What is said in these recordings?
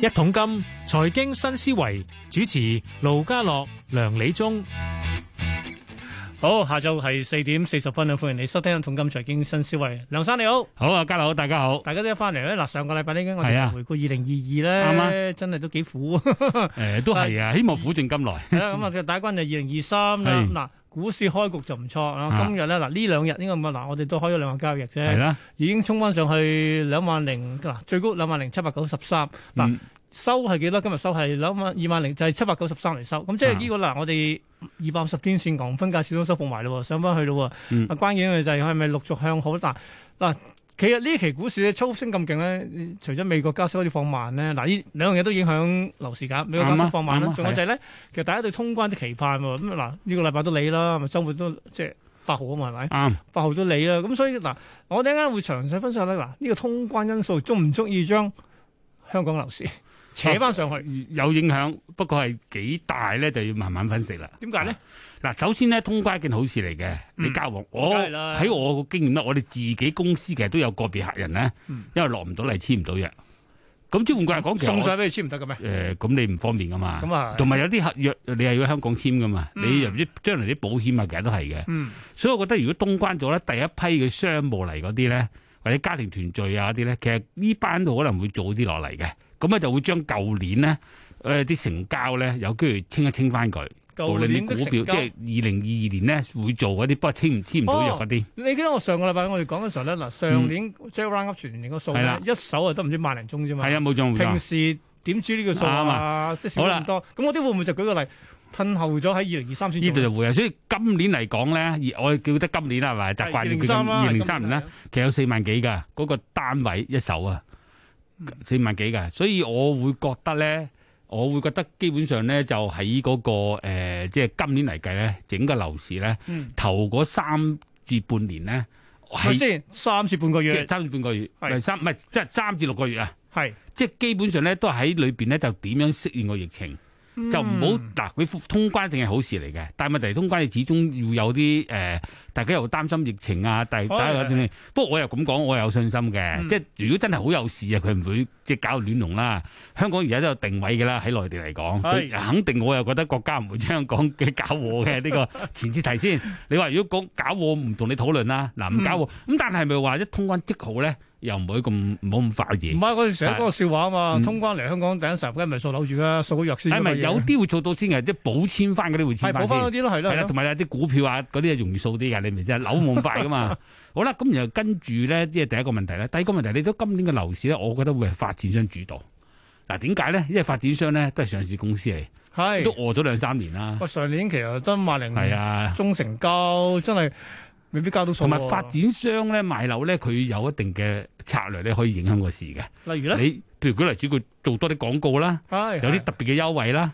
一桶金財經新思維主持盧家樂、梁理中。好，下晝係四點四十分啊！歡迎你收聽《同金財經新思維》，梁生你好，好啊，家樓大家好。大家都一翻嚟咧。嗱，上個禮拜呢，已經我係哋啊回顧二啱零二二啊咧，真係都幾 苦。誒，都係啊，希望苦盡甘來。係啦，咁啊，大軍就二零二三啦。係嗱，股市開局就唔錯啊。啊今日咧，嗱呢兩日應該唔係嗱，我哋都開咗兩個交易係啫，啦，已經衝翻上去兩萬零嗱，最高兩萬零七百九十三。嗱，嗯收係幾多？今日收係兩萬二萬零，就係七百九十三嚟收。咁即啊係呢個嗱，我哋二百五十天線黃分價始終收復埋咯喎，上翻去咯喎。嗯啊，關鍵就係係咪陸續向好嗱嗱。其實呢期股市咧抽升咁勁咧，除咗美國加息開始放慢咧，嗱呢兩樣嘢都影響樓市㗎。美國加啱息啊放慢啱啦，啊仲有就係咧，其實大家對通關啲期盼喎。咁嗱，呢個禮拜都你啦，咪週末都即係八號啊嘛，係咪？啱。八號都你啦。咁所以嗱，我哋一陣間會詳細分析咧。嗱，呢個通關因素足唔足以將香港樓市扯翻上去？有影響，不過係幾大咧，就要慢慢分析啦。點解咧？嗱，首先咧，通關係一件好事嚟嘅，嗯你交往。梗我係啦喺我個經驗咧，我哋自己公司其實都有個別客人咧嗯，因為落唔到嚟簽唔到約。咁即係換句話講，其實送我上俾佢簽唔得嘅咩？誒，咁你唔方便噶嘛。咁啊，同埋有啲合約你係要喺香港簽噶嘛，嗯你入啲將來啲保險啊，其實都係嘅。嗯，所以我覺得如果東關咗咧，第一批嘅商務嚟嗰啲咧，或者家庭團聚啊嗰啲咧，其實呢班都可能會早啲落嚟嘅，咁啊咧就會將舊年咧誒啲成交咧有機會清一清翻佢，舊無論你年股的成票即交。係二零二二年咧會做嗰啲，不過簽唔簽唔到約嗰啲，你記得我上個禮拜我哋講嘅時候咧，嗱上年即係 round up 全年個數係咧啦，一手啊得唔知萬零宗啫嘛。係啊冇錯冇平錯，時點知呢個數啱啊？即係少好咗啦咁多，咁我啲會唔會就舉個例，褪後咗喺二零二三先呢做？度就會啊，所以今年嚟講咧，而我哋叫得今年啦，係咪習慣零就叫三做啦，二零三年啦，，其實有四萬幾㗎，嗰、個單位一手啊嗯，四萬幾㗎，所以我會覺得咧，我會覺得基本上咧就喺嗰、個、呃、即係今年嚟計咧，整個樓市咧嗯，頭嗰三至半年咧係係先三至半個即係月，三至半個月，唔啊係係三唔係即係三至六個月啊，係即係基本上咧都喺裏邊咧就點樣適應個疫情。就唔好嗯嗱，佢通關一定係好事嚟嘅，但係問題通關你始終要有啲誒、呃大家又擔心疫情啊，但係可能大家有啲咩不過我又咁講，我有信心嘅，嗯即係如果真係好有事啊，佢唔會即係搞亂龍啦。香港而家都有定位㗎啦，喺內地嚟講，係佢肯定我又覺得國家唔會將香港嘅搞禍 嘅呢個前置提先。你話如果講搞禍唔同你討論啦，嗱嗯唔搞禍咁，但係咪話一通關即好咧？又唔會咁唔好咁快唔嘢。係我哋成日嗰個笑話啊嘛，嗯通關嚟香港第一時候梗係咪掃樓住啦，掃咗藥先㗎係嘛。咪有啲會做到先嘅？即係補簽翻嗰啲會係簽補翻翻先嗰。啲咯，係咯，係啦，係咯同埋有啲股票啊，嗰啲係容易掃啲㗎，你明唔明啫？扭冇咁快 噶嘛。好啦，咁然後跟住咧，即係第一個問題咧，第二個問題，你都今年嘅樓市咧，我覺得會係發展商主導。嗱，點解咧？因為發展商咧都係上市公司嚟，都係。嗯餓咗兩三年啦。我上年其實得萬零係啊，中成交，真係未必交到數喎。同埋發展商咧賣樓咧，佢有一定嘅策略咧，可以影響個市嘅。例如咧，你譬如舉例子，佢做多啲廣告啦。係有啲特別嘅優惠啦。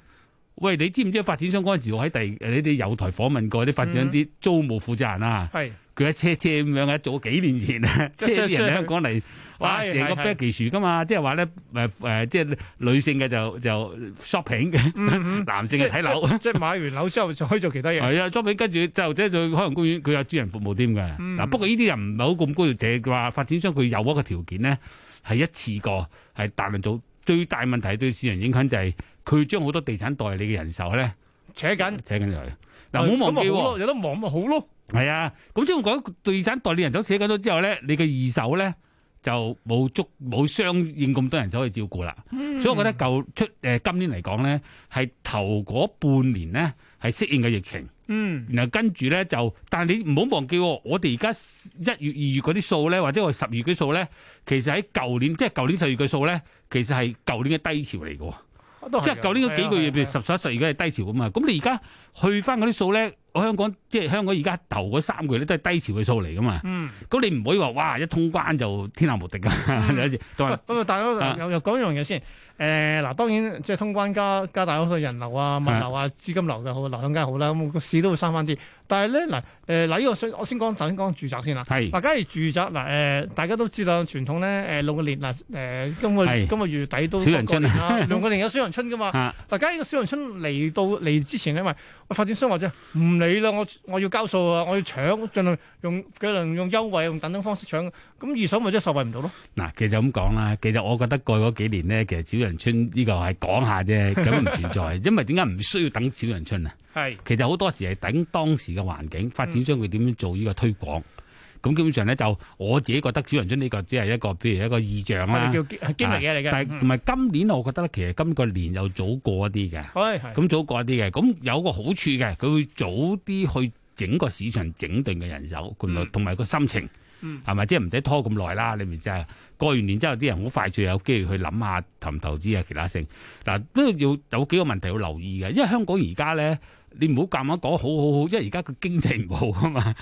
喂，你知唔知發展商嗰陣時，我喺第你哋有台訪問過啲發展商嗯啲租務負責人啊，係佢一車車咁樣啊，早幾年前啊， 即係車啲車人嚟香港嚟，哇，係成個係係 package 噶嘛，即係話咧誒誒，即係女性嘅就就 shopping， 嗯嗯男性嘅睇樓，即係即係買完樓之後就可以做其他嘢。係啊，shopping 跟住就即係去海洋公園，佢有專人服務添嘅。嗯嗱，不過呢啲人唔係好咁高調，就係話發展商佢有一個條件咧，係一次過係大量做。最大問題對市場影響就係佢將好多地產代理嘅人手咧。扯緊扯緊佢。嗱，唔好忘嗯哦咁咪啊好記咯喎，有得忙咪好咯。係啊，咁即係我講地產代理人手扯緊咗之後咧，你嘅二手咧就冇足冇相應咁多人手去照顧啦。嗯嗯所以我覺得舊出誒、呃今年嚟講咧，係頭嗰半年咧係適應嘅疫情，嗯，然後跟住咧就，但係你唔好忘記喎，我哋而家一月二月嗰啲數咧，或者我十月嗰啲數咧，其實喺舊年即係舊年十月嘅數咧，其實係舊年嘅低潮嚟嘅喎。哦都係啊即係嘅舊年嗰幾個月，譬如十十一、十二，而家係低潮啊嘛。咁你而家去翻嗰啲數咧，我香港即係香港而家頭嗰三個月咧都係低潮嘅數嚟 噶嘛。嗯，咁你唔可以話哇一通關就天下無敵㗎， 有時同喂埋咁啊，大啊家又又講一樣嘢先。誒嗱，當然即係通關加加大嗰個人流啊、物流啊、資金流嘅好，流向梗係好啦。咁個市都會生翻啲。但係咧嗱，誒嗱呢個先我先講頭先講住宅先啦。 係嗱，假如住宅嗱，誒大家都知道傳統咧，誒六個年嗱，誒今個係今個月底都小陽春過年 啦，六個年有小陽春噶嘛。啊啊嗱，假如個小陽春嚟到嚟之前咧，因為發展商或者唔唔理啦，我我要交數啊，我要搶，盡量用盡量用優惠，用等等方式搶，咁二手咪真係受惠唔到咯。嗱，其實咁講啦，其實我覺得過去嗰幾年咧，其實小人村呢個係講下啫，咁樣唔存 在，因為點解唔需要等小人村啊？係其實好多時係等當時嘅環境，發展商佢點樣做呢個推廣。咁基本上咧，就我自己覺得小人村呢個只係一個，譬如一個意象我啦哋。叫經經歷嘢嚟啊但係嘅嗯同，埋今年，我覺得咧，其實今個年又早過一啲嘅，係係咁早過一啲嘅，咁有個好處嘅，佢會早啲去整個市場整頓嘅人手，同埋嗯同埋個心情，嗯係咪？即係唔使拖咁耐啦，你咪就係過完年之後，啲人好快就有機會去諗下投唔投資啊，其他性嗱都要有幾個問題要留意嘅，因為香港而家咧，你唔好夾硬講好好好，因為而家個經濟唔好啊嘛，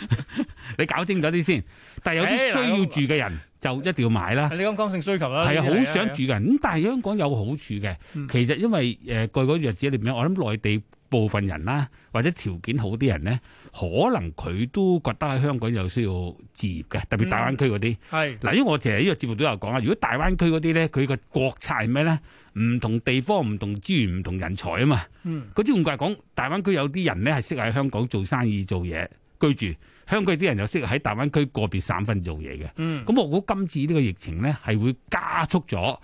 你搞清楚啲先。但係有啲誒需嗱要住嘅人就一定要買啦。你講剛性需求啦，係啊，呢啲好想住嘅。咁但係香港有好處嘅，嗯其實因為誒、呃、過去嗰日子裏面，我諗內地部分人啦，或者條件好啲人咧，可能佢都覺得喺香港有需要置業嘅，特別大灣區嗰啲。係嗱、因為我其實呢個節目都有講啊，如果大灣區嗰啲咧，佢個國策係咩咧？唔同地方、唔同資源、唔同人才啊嘛。嗯嗰啲換句話講，大灣區有啲人咧係適合喺香港做生意、做嘢、居住；香港有啲人又適合喺大灣區個別省份做嘢嘅。嗯咁我估今次呢個疫情咧係會加速咗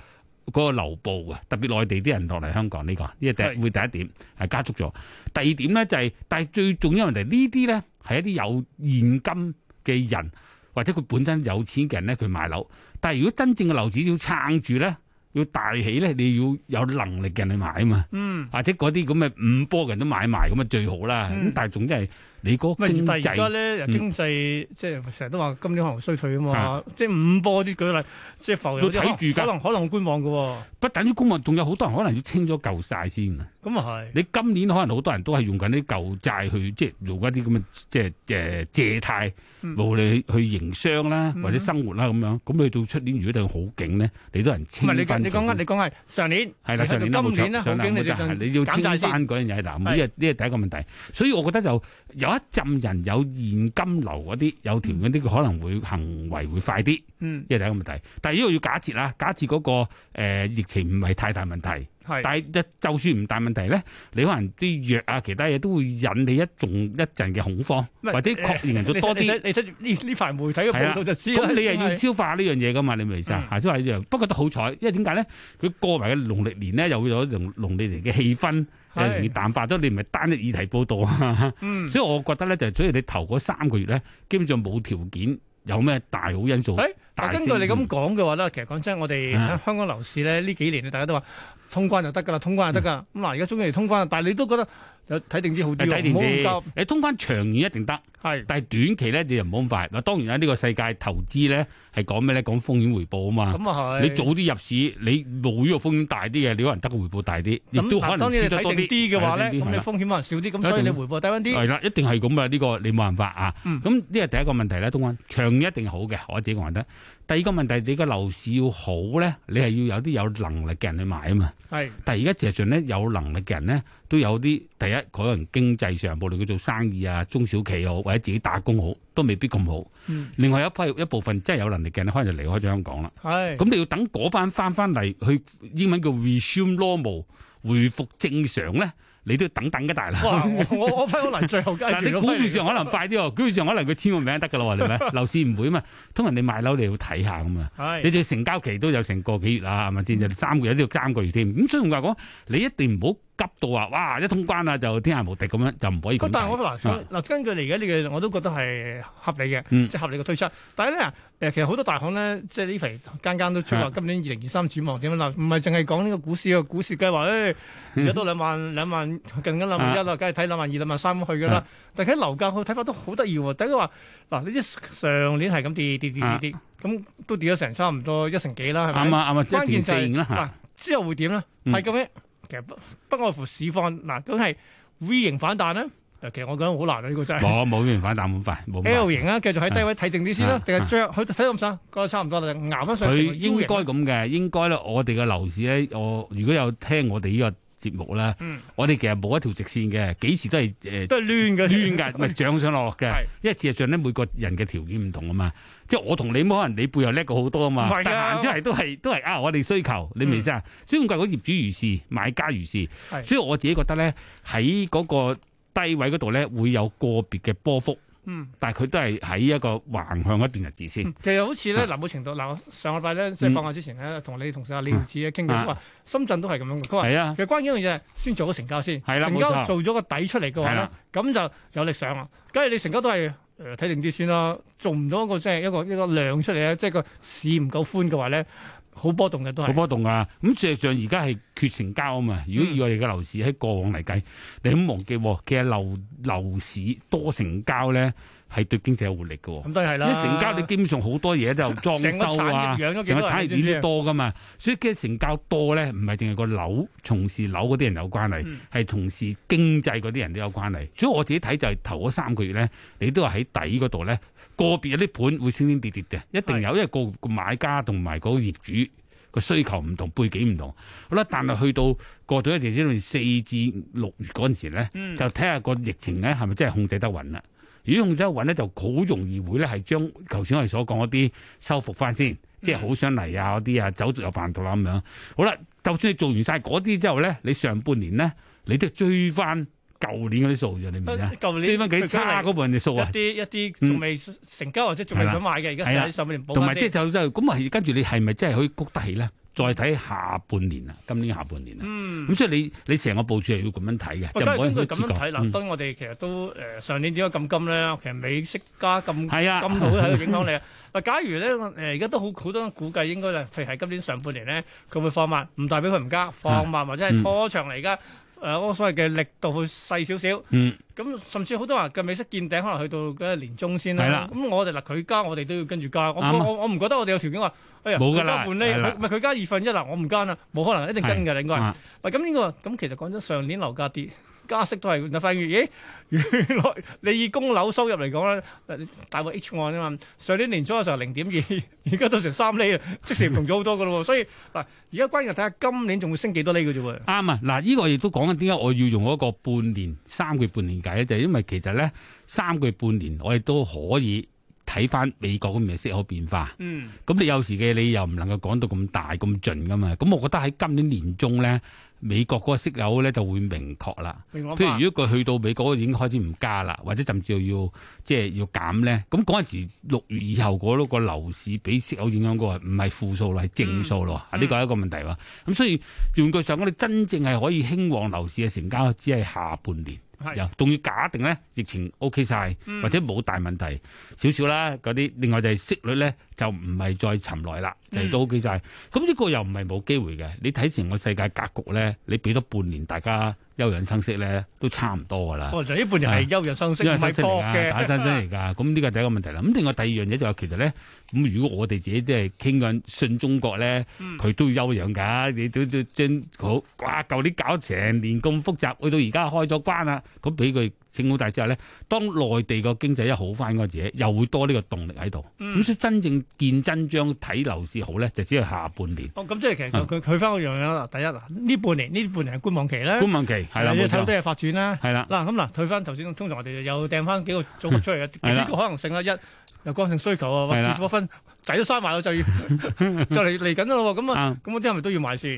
嗰個流步嘅，特別內地啲人落嚟香港呢、個，呢個第係會第一點係加速咗。第二點咧就係、但係最重要問題呢啲咧係一啲有現金嘅人或者佢本身有錢嘅人咧，佢買樓。但係如果真正嘅樓市要撐住咧，要大起咧，你要有能力嘅人去買啊嘛，嗯，或者嗰啲咁嘅五波嘅人都買埋咁啊最好啦。咁、嗯但係總之係你嗰咁個啊經但係而家濟咧嗯經濟即係成日都話今年可能衰退啊嘛啊，即係五波啲舉例，即係浮游都睇住可㗎能可能觀望嘅喎，不等於公民，仲有好多人可能要清咗夠晒先啊。咁啊係，你今年可能好多人都係用緊啲舊債去，即係用一啲咁嘅即係誒借貸，嗯無論去營商啦嗯或者生活啦咁樣。咁你到出年如果你好景咧，你都有人唔清係翻你講你咗啲。講緊你講緊上年係啦，上年啦，今年冇咧錯上好景年你就冇錯係你要清減債先翻嗰樣嘢係嗱，係呢個呢個第一個問題。所以我覺得就有一陣人有現金流嗰啲有條嗰啲，佢可能會行為會快啲，嗯呢個第一個問題。但係呢個要假設啦，假設嗰個誒疫情唔係太大問題。係但係就算唔大問題咧，你可能啲藥啊，其他嘢都會引起一眾一陣嘅恐慌，唔係或者確認人數 多你睇啲。你睇你睇呢呢排媒體嘅報道就知啦咁你又要係消化呢樣嘢噶嘛？你咪就嗯係消化呢樣。不過都好彩，因為點解咧？佢過埋嘅農曆年咧，又會有農農曆年嘅氣氛，又容易係淡化咗。你唔係單一議題報導啊。嗯。所以我覺得咧，就係所以你頭嗰三個月咧，基本上冇條件有咩大好因素。誒大嗱，根據升你嗯咁講嘅話咧，其實講真，我哋啊香港樓市咧呢幾年大家都話通關就得㗎啦，通關就得㗎啦。咁嗱，而家終於嚟通關啦，但係你都覺得有睇定啲好啲睇喎，電唔好咁視，你通翻長遠一定得。急。係但係短期咧，你就唔好咁快。嗱，當然啦，呢個世界投資咧係講咩咧？講風險回報啊嘛。咁啊係。你早啲入市，你冇呢個風險大啲嘅，你可能得個回報大啲，亦咁都嗱可能當然輸你得嗯多睇啲定啲嘅話咧，係咁你啦風險可能少啲，咁有所以你一定回報低翻啲。係啦，一定係咁啊！呢、個你冇辦法啊。嗯咁呢個第一個問題咧，東安長遠一定好嘅，我自己覺得。第二個問題，你個樓市要好咧，你係要有啲有能力嘅人去買啊嘛。係但係而家事實上咧，有能力嘅人咧，都有啲第一可能經濟上，無論佢做生意啊、中小企好，或者自己打工好，都未必咁好。嗯另外有一批一部分真係有能力嘅人咧，可能就離開咗香港啦。係。咁你要等嗰班翻翻嚟，去英文叫 resume normal，回復正常咧，你都要等等嘅大佬。哇！我我我批可能最後階段但你嗰股批嚟票嘅上可能 快啲喎，股票上可能佢簽個名得㗎啦喎，你咪樓市唔會啊嘛。通常你買樓你要睇下㗎嘛。你係嗯對成交期都有成個幾月啦，係咪先？就三個月都要三個月添。咁所以我話講，你一定唔好急到話，哇！一通關啦啊就天下無敵咁樣，就唔可以咁咁睇。但係我嗱啊想嗱，根據你而家呢個，我都覺得係合理嘅，嗯即係合理嘅推測。但係咧，誒其實好多大行咧，即係呢期間間都出話啊今年二零二三展望點樣啦，唔係淨係講呢個股市嘅股市計劃，誒嗯而家都兩萬兩萬近緊兩萬一啦，梗係睇兩萬二兩萬三咁去㗎啦啊。但係喺樓價佢睇法都好得意喎，大家話嗱，你知上年係咁跌跌跌啊跌跌，咁都跌咗成差唔多一成幾啦，係咪？啱啊啱關啊，一鍵件就四係年啦嗱嚇，之後會點咧？嗯係咁樣，其實不不外乎市況嗱，咁係 V 型反彈咧。誒其實我覺得好難啊，呢個真係冇冇完反彈咁快，冇咁快 L 型啊，繼續喺低位睇定啲先啦啊，定係將佢睇到咁上，覺得差唔多啦，捱翻上成佢個 U 應型該啊。咁嘅，應該咧，我哋嘅樓市咧，我如果有聽我哋呢個節目咧，嗯我哋其實冇一條直線嘅，幾時都係誒都係亂嘅，攣 㗎，咪漲上落落嘅係。因為事實上咧，每個人嘅條件唔同啊嘛。即係我同你冇可能你背後叻過好多啊唔嘛係㗎，但行出嚟都係都係啊，我哋需求，你明唔明先啊？所以我覺得業主如是，買家如是，係所以我自己覺得咧，喺嗰個低位嗰度咧會有個別嘅波幅，嗯。但係佢都係喺一個橫向一段日子先。其實好啊似咧，嗱，某程度嗱，我上個禮拜咧，嗯即係放假之前咧，同你同事阿李耀智咧啊傾偈，佢話深圳都係咁樣嘅。佢話係啊，其實關鍵一樣嘢係先做咗成交先，係啦成冇交錯做咗個底出嚟嘅話係咧啦，咁就有力上啦。梗係你成交都係誒睇定啲先啦，做唔到一個即係一個一個量出嚟咧，即係個市唔夠寬嘅話咧，好波動嘅都好係。波動啊！咁事實上而家係缺成交啊嘛。如嗯果以我哋嘅樓市喺過往嚟計，你唔好忘記喎，其實樓樓市多成交咧係對經濟有活力嘅喎。咁當然係因啦。為成交你基本上好多嘢都有裝成個修啊產業，養咗幾成個多產人？業你知唔知鏈啊都多噶嘛，所以嘅成交多咧，唔係淨係個樓從事樓嗰啲人有關係嗯，係從事經濟嗰啲人都有關係。所以我自己睇就係頭嗰三個月咧，你都係喺底嗰度咧，個別有啲盤會升升跌跌嘅，一定有，因為個個買家同埋嗰個業主。個需求唔同，背景唔同，好啦。但係去到過咗一段時間，四至六月嗰陣時咧，嗯就睇下個疫情咧係咪真係控制得穩啦。如果控制得穩咧，就好容易會咧係將頭先我哋所講嗰啲修復翻先，即係好想嚟啊嗰啲啊，走又辦到啦咁樣。好啦，就算你做完晒嗰啲之後咧，你上半年咧，你都係追翻舊年嗰啲數啫，你明唔明啊？舊追年翻幾差嗰部分嘅數一啊！啲一啲仲未成交或者仲未係啦想買嘅，而係家啦喺上半年補翻同埋即係啲。就就咁啊，跟住你係咪真係可以谷得起咧？再睇下半年啊，今年下半年啊，嗯咁、。所以你你成個部署係要咁樣睇嘅，喂，就梗係唔根據咁可以樣睇啦。嗯當然我哋其實都誒上年點解咁金咧？其實美息加咁金係啊，到喺度影響你啊。嗱，假如咧誒而家都好好多人估計應該係，譬如係今年上半年咧，佢會放慢，唔代表佢唔加，放慢或者係拖長嚟加。誒，嗰個所謂嘅力度會細少少，嗯，咁甚至好多人嘅美息見頂，可能去到嘅年中先係啦啦。咁我哋嗱，佢加我哋都要跟住加。我啱啊我我唔覺得我哋有條件話，哎呀，冇㗎佢加啦半厘，係啦佢唔係佢加二分一嗱，我唔加啦，冇可能，一定跟㗎啦，應該。啊喂，咁呢個咁其實講真，上年樓價跌，加息都係就發現，咦， 原來你以供樓收入嚟講咧，誒大過 H 按啊嘛，上年年初嘅時候零點二，而 家到成三厘啊，即時唔同咗好多噶咯嗯喎，所以嗱，而家關鍵睇下今年仲會升幾多厘嘅啫喎。啱啊！嗱，呢個亦都講緊點解我要用嗰個半年三個月半年計咧，就係因為其實咧三個月半年我哋都可以睇翻美國咁嘅息口變化。嗯，咁你有時嘅你又唔能夠講到咁大咁盡噶嘛？咁我覺得喺今年年中咧，美國嗰個息口咧就會明確啦。明我譬如如果佢去到美國已經開始唔加啦，或者甚至要即係要減咧，咁嗰陣時六月以後嗰個樓市俾息口影響過，唔係負數啦，係正數咯，啊嗯呢個係一個問題喎。咁所以換句上講，你真正係可以興旺樓市嘅成交，只係下半年。又仲要假定咧疫情 O K 晒，嗯或者冇大問題少少啦嗰啲。另外就係息率咧就唔係再沉耐啦，就係都 O K 晒。咁呢個又唔係冇機會嘅。你睇成個世界格局咧，你俾多半年大家休養生息咧，都差唔多噶啦。哦，就呢半年係休養生息，因唔為係新息嚟搏㗎，打嘅。新息嚟㗎。咁呢個係第一個問題啦。咁另外第二樣嘢就係其實咧，咁如果我哋自己即係傾緊信中國咧，嗯佢都要休養㗎。你都都將好哇，舊年搞成年咁複雜，去到而家開咗關啦，咁俾佢整好大之後咧，當內地個經濟一好翻嗰陣時，又會多呢個動力喺度。咁、嗯所以真正見真章睇樓市好咧，就只係下半年 哦，咁即係其實啊佢佢佢翻嗰樣嘢啦。嗱，第一嗱，呢半年呢半年係觀望期啦，觀望期係啦，你冇睇好多錯，嘢發展啦。係啦。嗱咁嗱，退翻頭先，通常我哋又掟翻幾個組 合出嚟嘅，係啦幾個可能性啦，啊一有剛性需求啊，或係者啦結咗婚，仔都生埋啦， 就要就嚟嚟緊啦喎，咁啊，啊咁嗰啲係咪都要買先？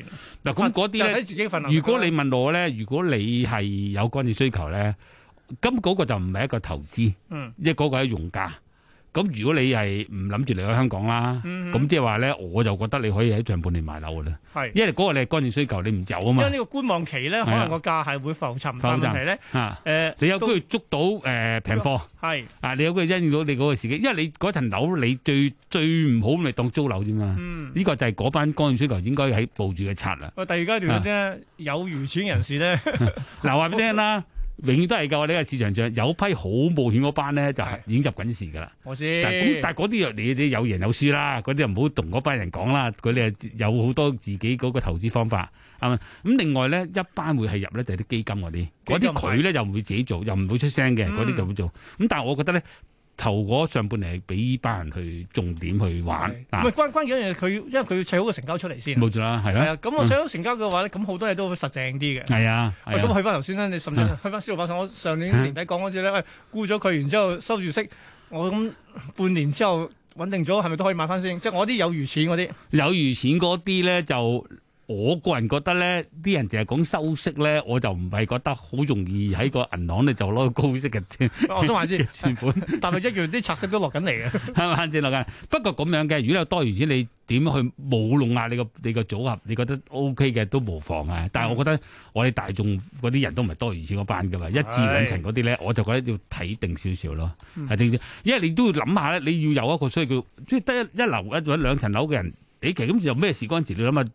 嗱，咁嗰啲就咧睇。自己份量。如果你問我咧，如果你係有關注需求咧，咁嗰個就唔係一個投資，嗯因為嗰個係用價。咁如果你係唔諗住離開香港啦，嗯咁即係話咧，我就覺得你可以喺上半年買樓噶啦，係，因為嗰個你係關注需求，你唔有啊嗯因為嘛呢個觀望期咧，啊可能個價係會浮沉，但浮問沉題咧，嚇。誒你有機會捉到誒平貨係啊！你有機會因應到你嗰個時機，因為你嗰層樓你最最唔好咪當租樓啫嘛。嗯。呢個就係嗰班關注需求應該喺部署嘅策略。喂，第二階段啊咧，有餘錢人士 咧，嗱，話俾你聽啦，永遠都係㗎。呢個市場上有批好冒險嗰班咧，就係已經入緊市㗎啦。我知。但咁，但係嗰啲又你你有贏有輸啦，嗰啲又唔好同嗰班人講啦。佢哋有好多自己嗰個投資方法，係咪？咁另外咧，一班會係入咧就係啲基金嗰啲，嗰基啲金佢咧又唔會自己做，又唔會出聲嘅，嗯嗰啲就會做。咁但係我覺得咧，頭嗰上半年係俾呢班人去重點去玩係啊唔係，關關鍵一樣嘢，佢因為佢要砌好個成交出嚟先。冇錯嗯啦，係係啦，啊，咁我砌好成交嘅話咧，咁好多嘢都會實淨啲嘅。係啊，喂，係哦咁啊，去翻頭先啦，你甚至啊去翻小老闆，我上年年底講嗰次咧，喂沽咗佢，然之後收住息，我咁半年之後穩定咗，係咪都可以買翻先？即係我啲有餘錢嗰啲，有餘錢嗰啲咧就我個人覺得咧，啲人淨係講收息咧，我就唔係覺得好容易喺個銀行咧就攞到高息嘅我想話 知嘅，存款，但係一樣啲拆息都落緊嚟 嘅。係咪先落緊？不過咁樣嘅，如果你有多餘錢，你點去冇弄壓你個你個組合？你覺得 O K 嘅都無妨啊。但係我覺得我哋大眾嗰啲人都唔係多餘錢嗰班噶嘛，一至兩層嗰啲咧，我就覺得要睇定少少咯，嗯係定少，因為你都要諗下咧，你要有一個需要叫，即係得一一樓一或者兩層樓嘅人俾期，咁有咩事嗰陣時你諗下。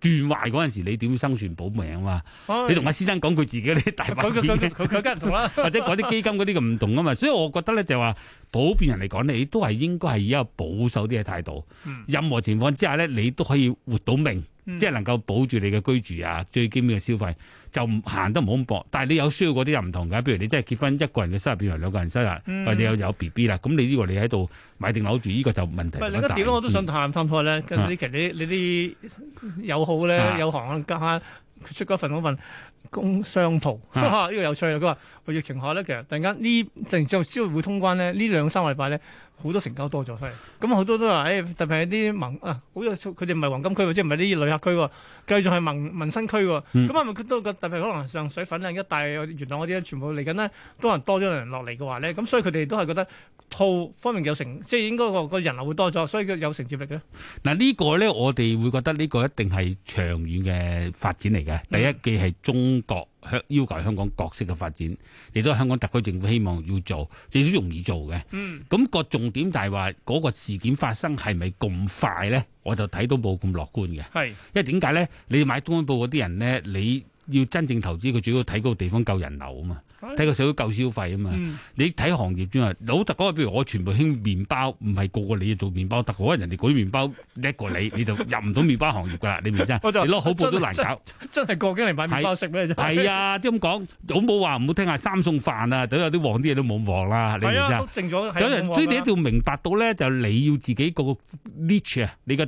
轉壞嗰陣時，你點生存保命啊嘛？你同阿先生講佢自己啲大把佢錢哎佢佢佢佢梗係唔同啦。或者嗰啲基金嗰啲咁唔同啊嘛，所以我覺得咧就話，普遍人嚟講，你都係應該係以一個保守啲嘅態度。嗯任何情況之下咧，你都可以活到命，嗯 即係能夠保住你嘅居住啊，最基本嘅消費就唔行得唔好咁搏。但係你有需要嗰啲又唔同㗎，譬如你真係結婚一個人嘅收入變為兩個人收入，嗯或者你有有 B B 啦，咁你呢個你喺度買定樓住，呢、個就問題喂，更另加一大。點我都想探探開咧，跟住啊呢期你你啲友好咧啊，有行可能家佢出嗰份嗰份工商鋪， 啊呢個有趣啊！佢話喂疫情下咧，其實突然間呢突然之後朝會通關咧，呢兩三個禮拜咧好多成交多咗，係咁好多都話誒，特別係啲民啊，好有佢哋唔係黃金區喎，即係唔係啲旅客區喎，繼續係民民生區喎，嗯咁啊咪佢都特別可能上水粉嶺一帶元朗嗰啲咧，全部嚟緊咧都可能多咗人落嚟嘅話咧，咁所以佢哋都係覺得。鋪方面有成，即係應該個個人流會多咗，所以佢有承接力嘅。嗱呢個呢，我哋會覺得呢個一定係長遠嘅發展嚟嘅。第一，既係中國香要求香港角色嘅發展，亦都係香港特區政府希望要做，亦都容易做嘅。嗯，咁、個重點就係話嗰個事件發生係咪咁快呢？我就睇到冇咁樂觀嘅，因係，為點解呢？你買東安報嗰啲人呢，你要真正投資，佢主要睇嗰個地方夠人流啊嘛，睇個社會夠消費啊嘛。嗯，你睇行業啫嘛，老特嗰個譬如我全部興麵包，唔係個個你要做麵包得，可能人哋嗰啲麵包叻 過你，你就入唔到麵包行業噶啦，你明唔明啊？你我就攞好報都難搞，真係過境嚟買麵包食咩啫？係啊，即係咁講，好冇話唔好聽下三餸飯啊，都有啲旺啲嘢都冇咁旺啦，你 明唔係明啊，啊都？剩咗有人係。所以你一定要明白到咧，就你要自己個 niche 啊，你嘅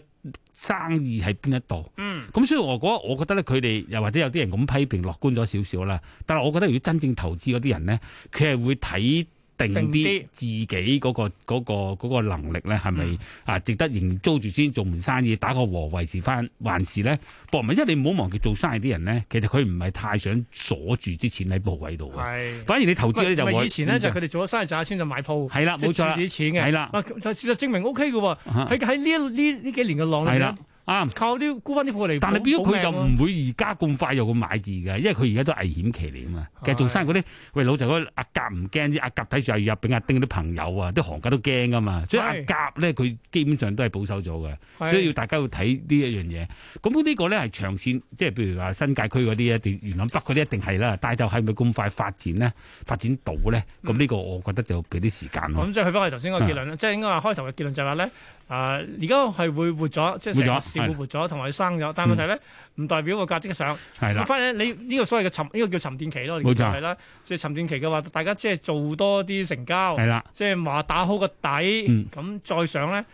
生意係邊一度。 嗯，咁所以我覺得，我覺得咧，佢哋又或者有啲人咁批評樂觀咗少少啦。但係我覺得，如果真正投資嗰啲人咧，佢係會睇定定啲啲自己嗰、個嗰、個嗰、個能力咧，係咪嗯啊值得營租住先做門生意，打個和維持翻，還是咧搏命？因為你唔好忘記做生意啲人咧，其實佢唔係太想鎖住啲錢喺部位度嘅，係。反而你投資咧就咪會以前咧就佢哋做咗生意賺咗錢就買 鋪，係啦，冇錯啦自己錢嘅。係啦啊，但事實證明 O K 嘅喎，啊喺喺呢呢呢幾年嘅浪裏係面啦，啱。靠啲沽翻啲貨嚟保，但係變咗佢就保唔命會而家咁快有個買字嘅，因為佢而家都危險期嚟啊嘛。其實做生意嗰啲，喂老就嗰阿甲唔驚啫，阿甲睇住阿乙阿丙阿丁啲朋友啊，啲行家都驚噶嘛。所以阿係甲咧，佢基本上都係保守咗嘅，喎，所以要大家要睇呢一樣嘢。咁呢個咧係長線，即係譬如話新界區嗰啲一定元朗北嗰啲一定係啦，但係就係咪咁快發展咧？發展到咧？咁呢個我覺得就俾啲時間咯。咁即係去翻我哋頭先嗰個結啊論啦，即係應該話開頭嘅結論就係話咧，啊而家係會活咗，即係成活個咗市係嗯會活咗，同埋生咗，但係問題咧唔代表個價值嘅上。係啦，反而你呢個所謂嘅沉，呢、個叫沉澱期咯，冇錯係啦。即係沉澱期嘅話，大家即係做多啲成交係，啦。即係話打好個底，咁嗯、再上咧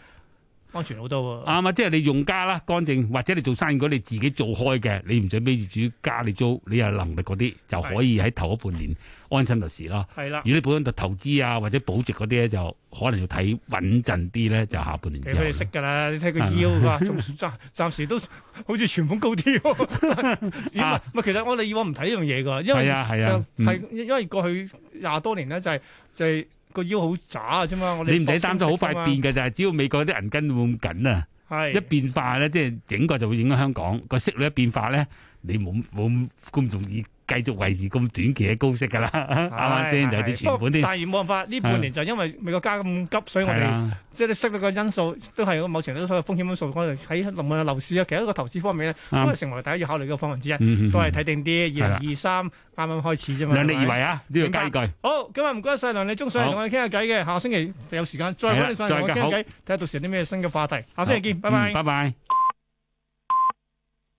安全好多喎。啱啊！即係你用家啦，乾淨或者你做生意嗰啲你啊自己做開嘅，你唔想俾業主加你租，你有能力嗰啲就可以喺頭嗰半年安心入市啦。係啦、如果你本身就投資啊或者保值嗰啲咧，就可能要睇穩陣啲咧，就下半年其之實後佢哋識啦。㗎啦，你睇佢腰㗎， 仲暫暫時都好似全盤高啲喎。唔係 啊唔係其實我哋以往唔睇呢樣嘢㗎，因係為啊係啊，就嗯係因為過去廿多年咧就係、就係、個腰好渣啊啫嘛。我哋你唔使擔心好快搏變嘅，就係只要美國啲銀根會咁緊啊，係一變化咧，即係整個就會影響香港個息率一變化咧，你冇冇咁容易繼續維持咁短期嘅高息㗎啦，啱唔啱先？係就有係啲存款不過啲但係冇辦法，呢半年就因為美國加咁急，所以我係啊哋。啦。即係你識到個因素，都係某程度所謂風險因素。我哋喺無論樓市啊，其實一個投資方面咧，啱都係啊成為大家要考慮嘅方向之一。啊嗯嗯都係睇定啲，係二啦零二三啱啱開始啫嘛。量力係而咪為啊，呢個明白加呢句。好，今日唔該晒梁利忠上嚟好同我哋傾下偈嘅，下星期有時間再揾你上嚟係啦同我哋傾下再好 Ừ, 偈，睇下到時有啲咩新嘅話題。下星期見，拜拜嗯。拜拜。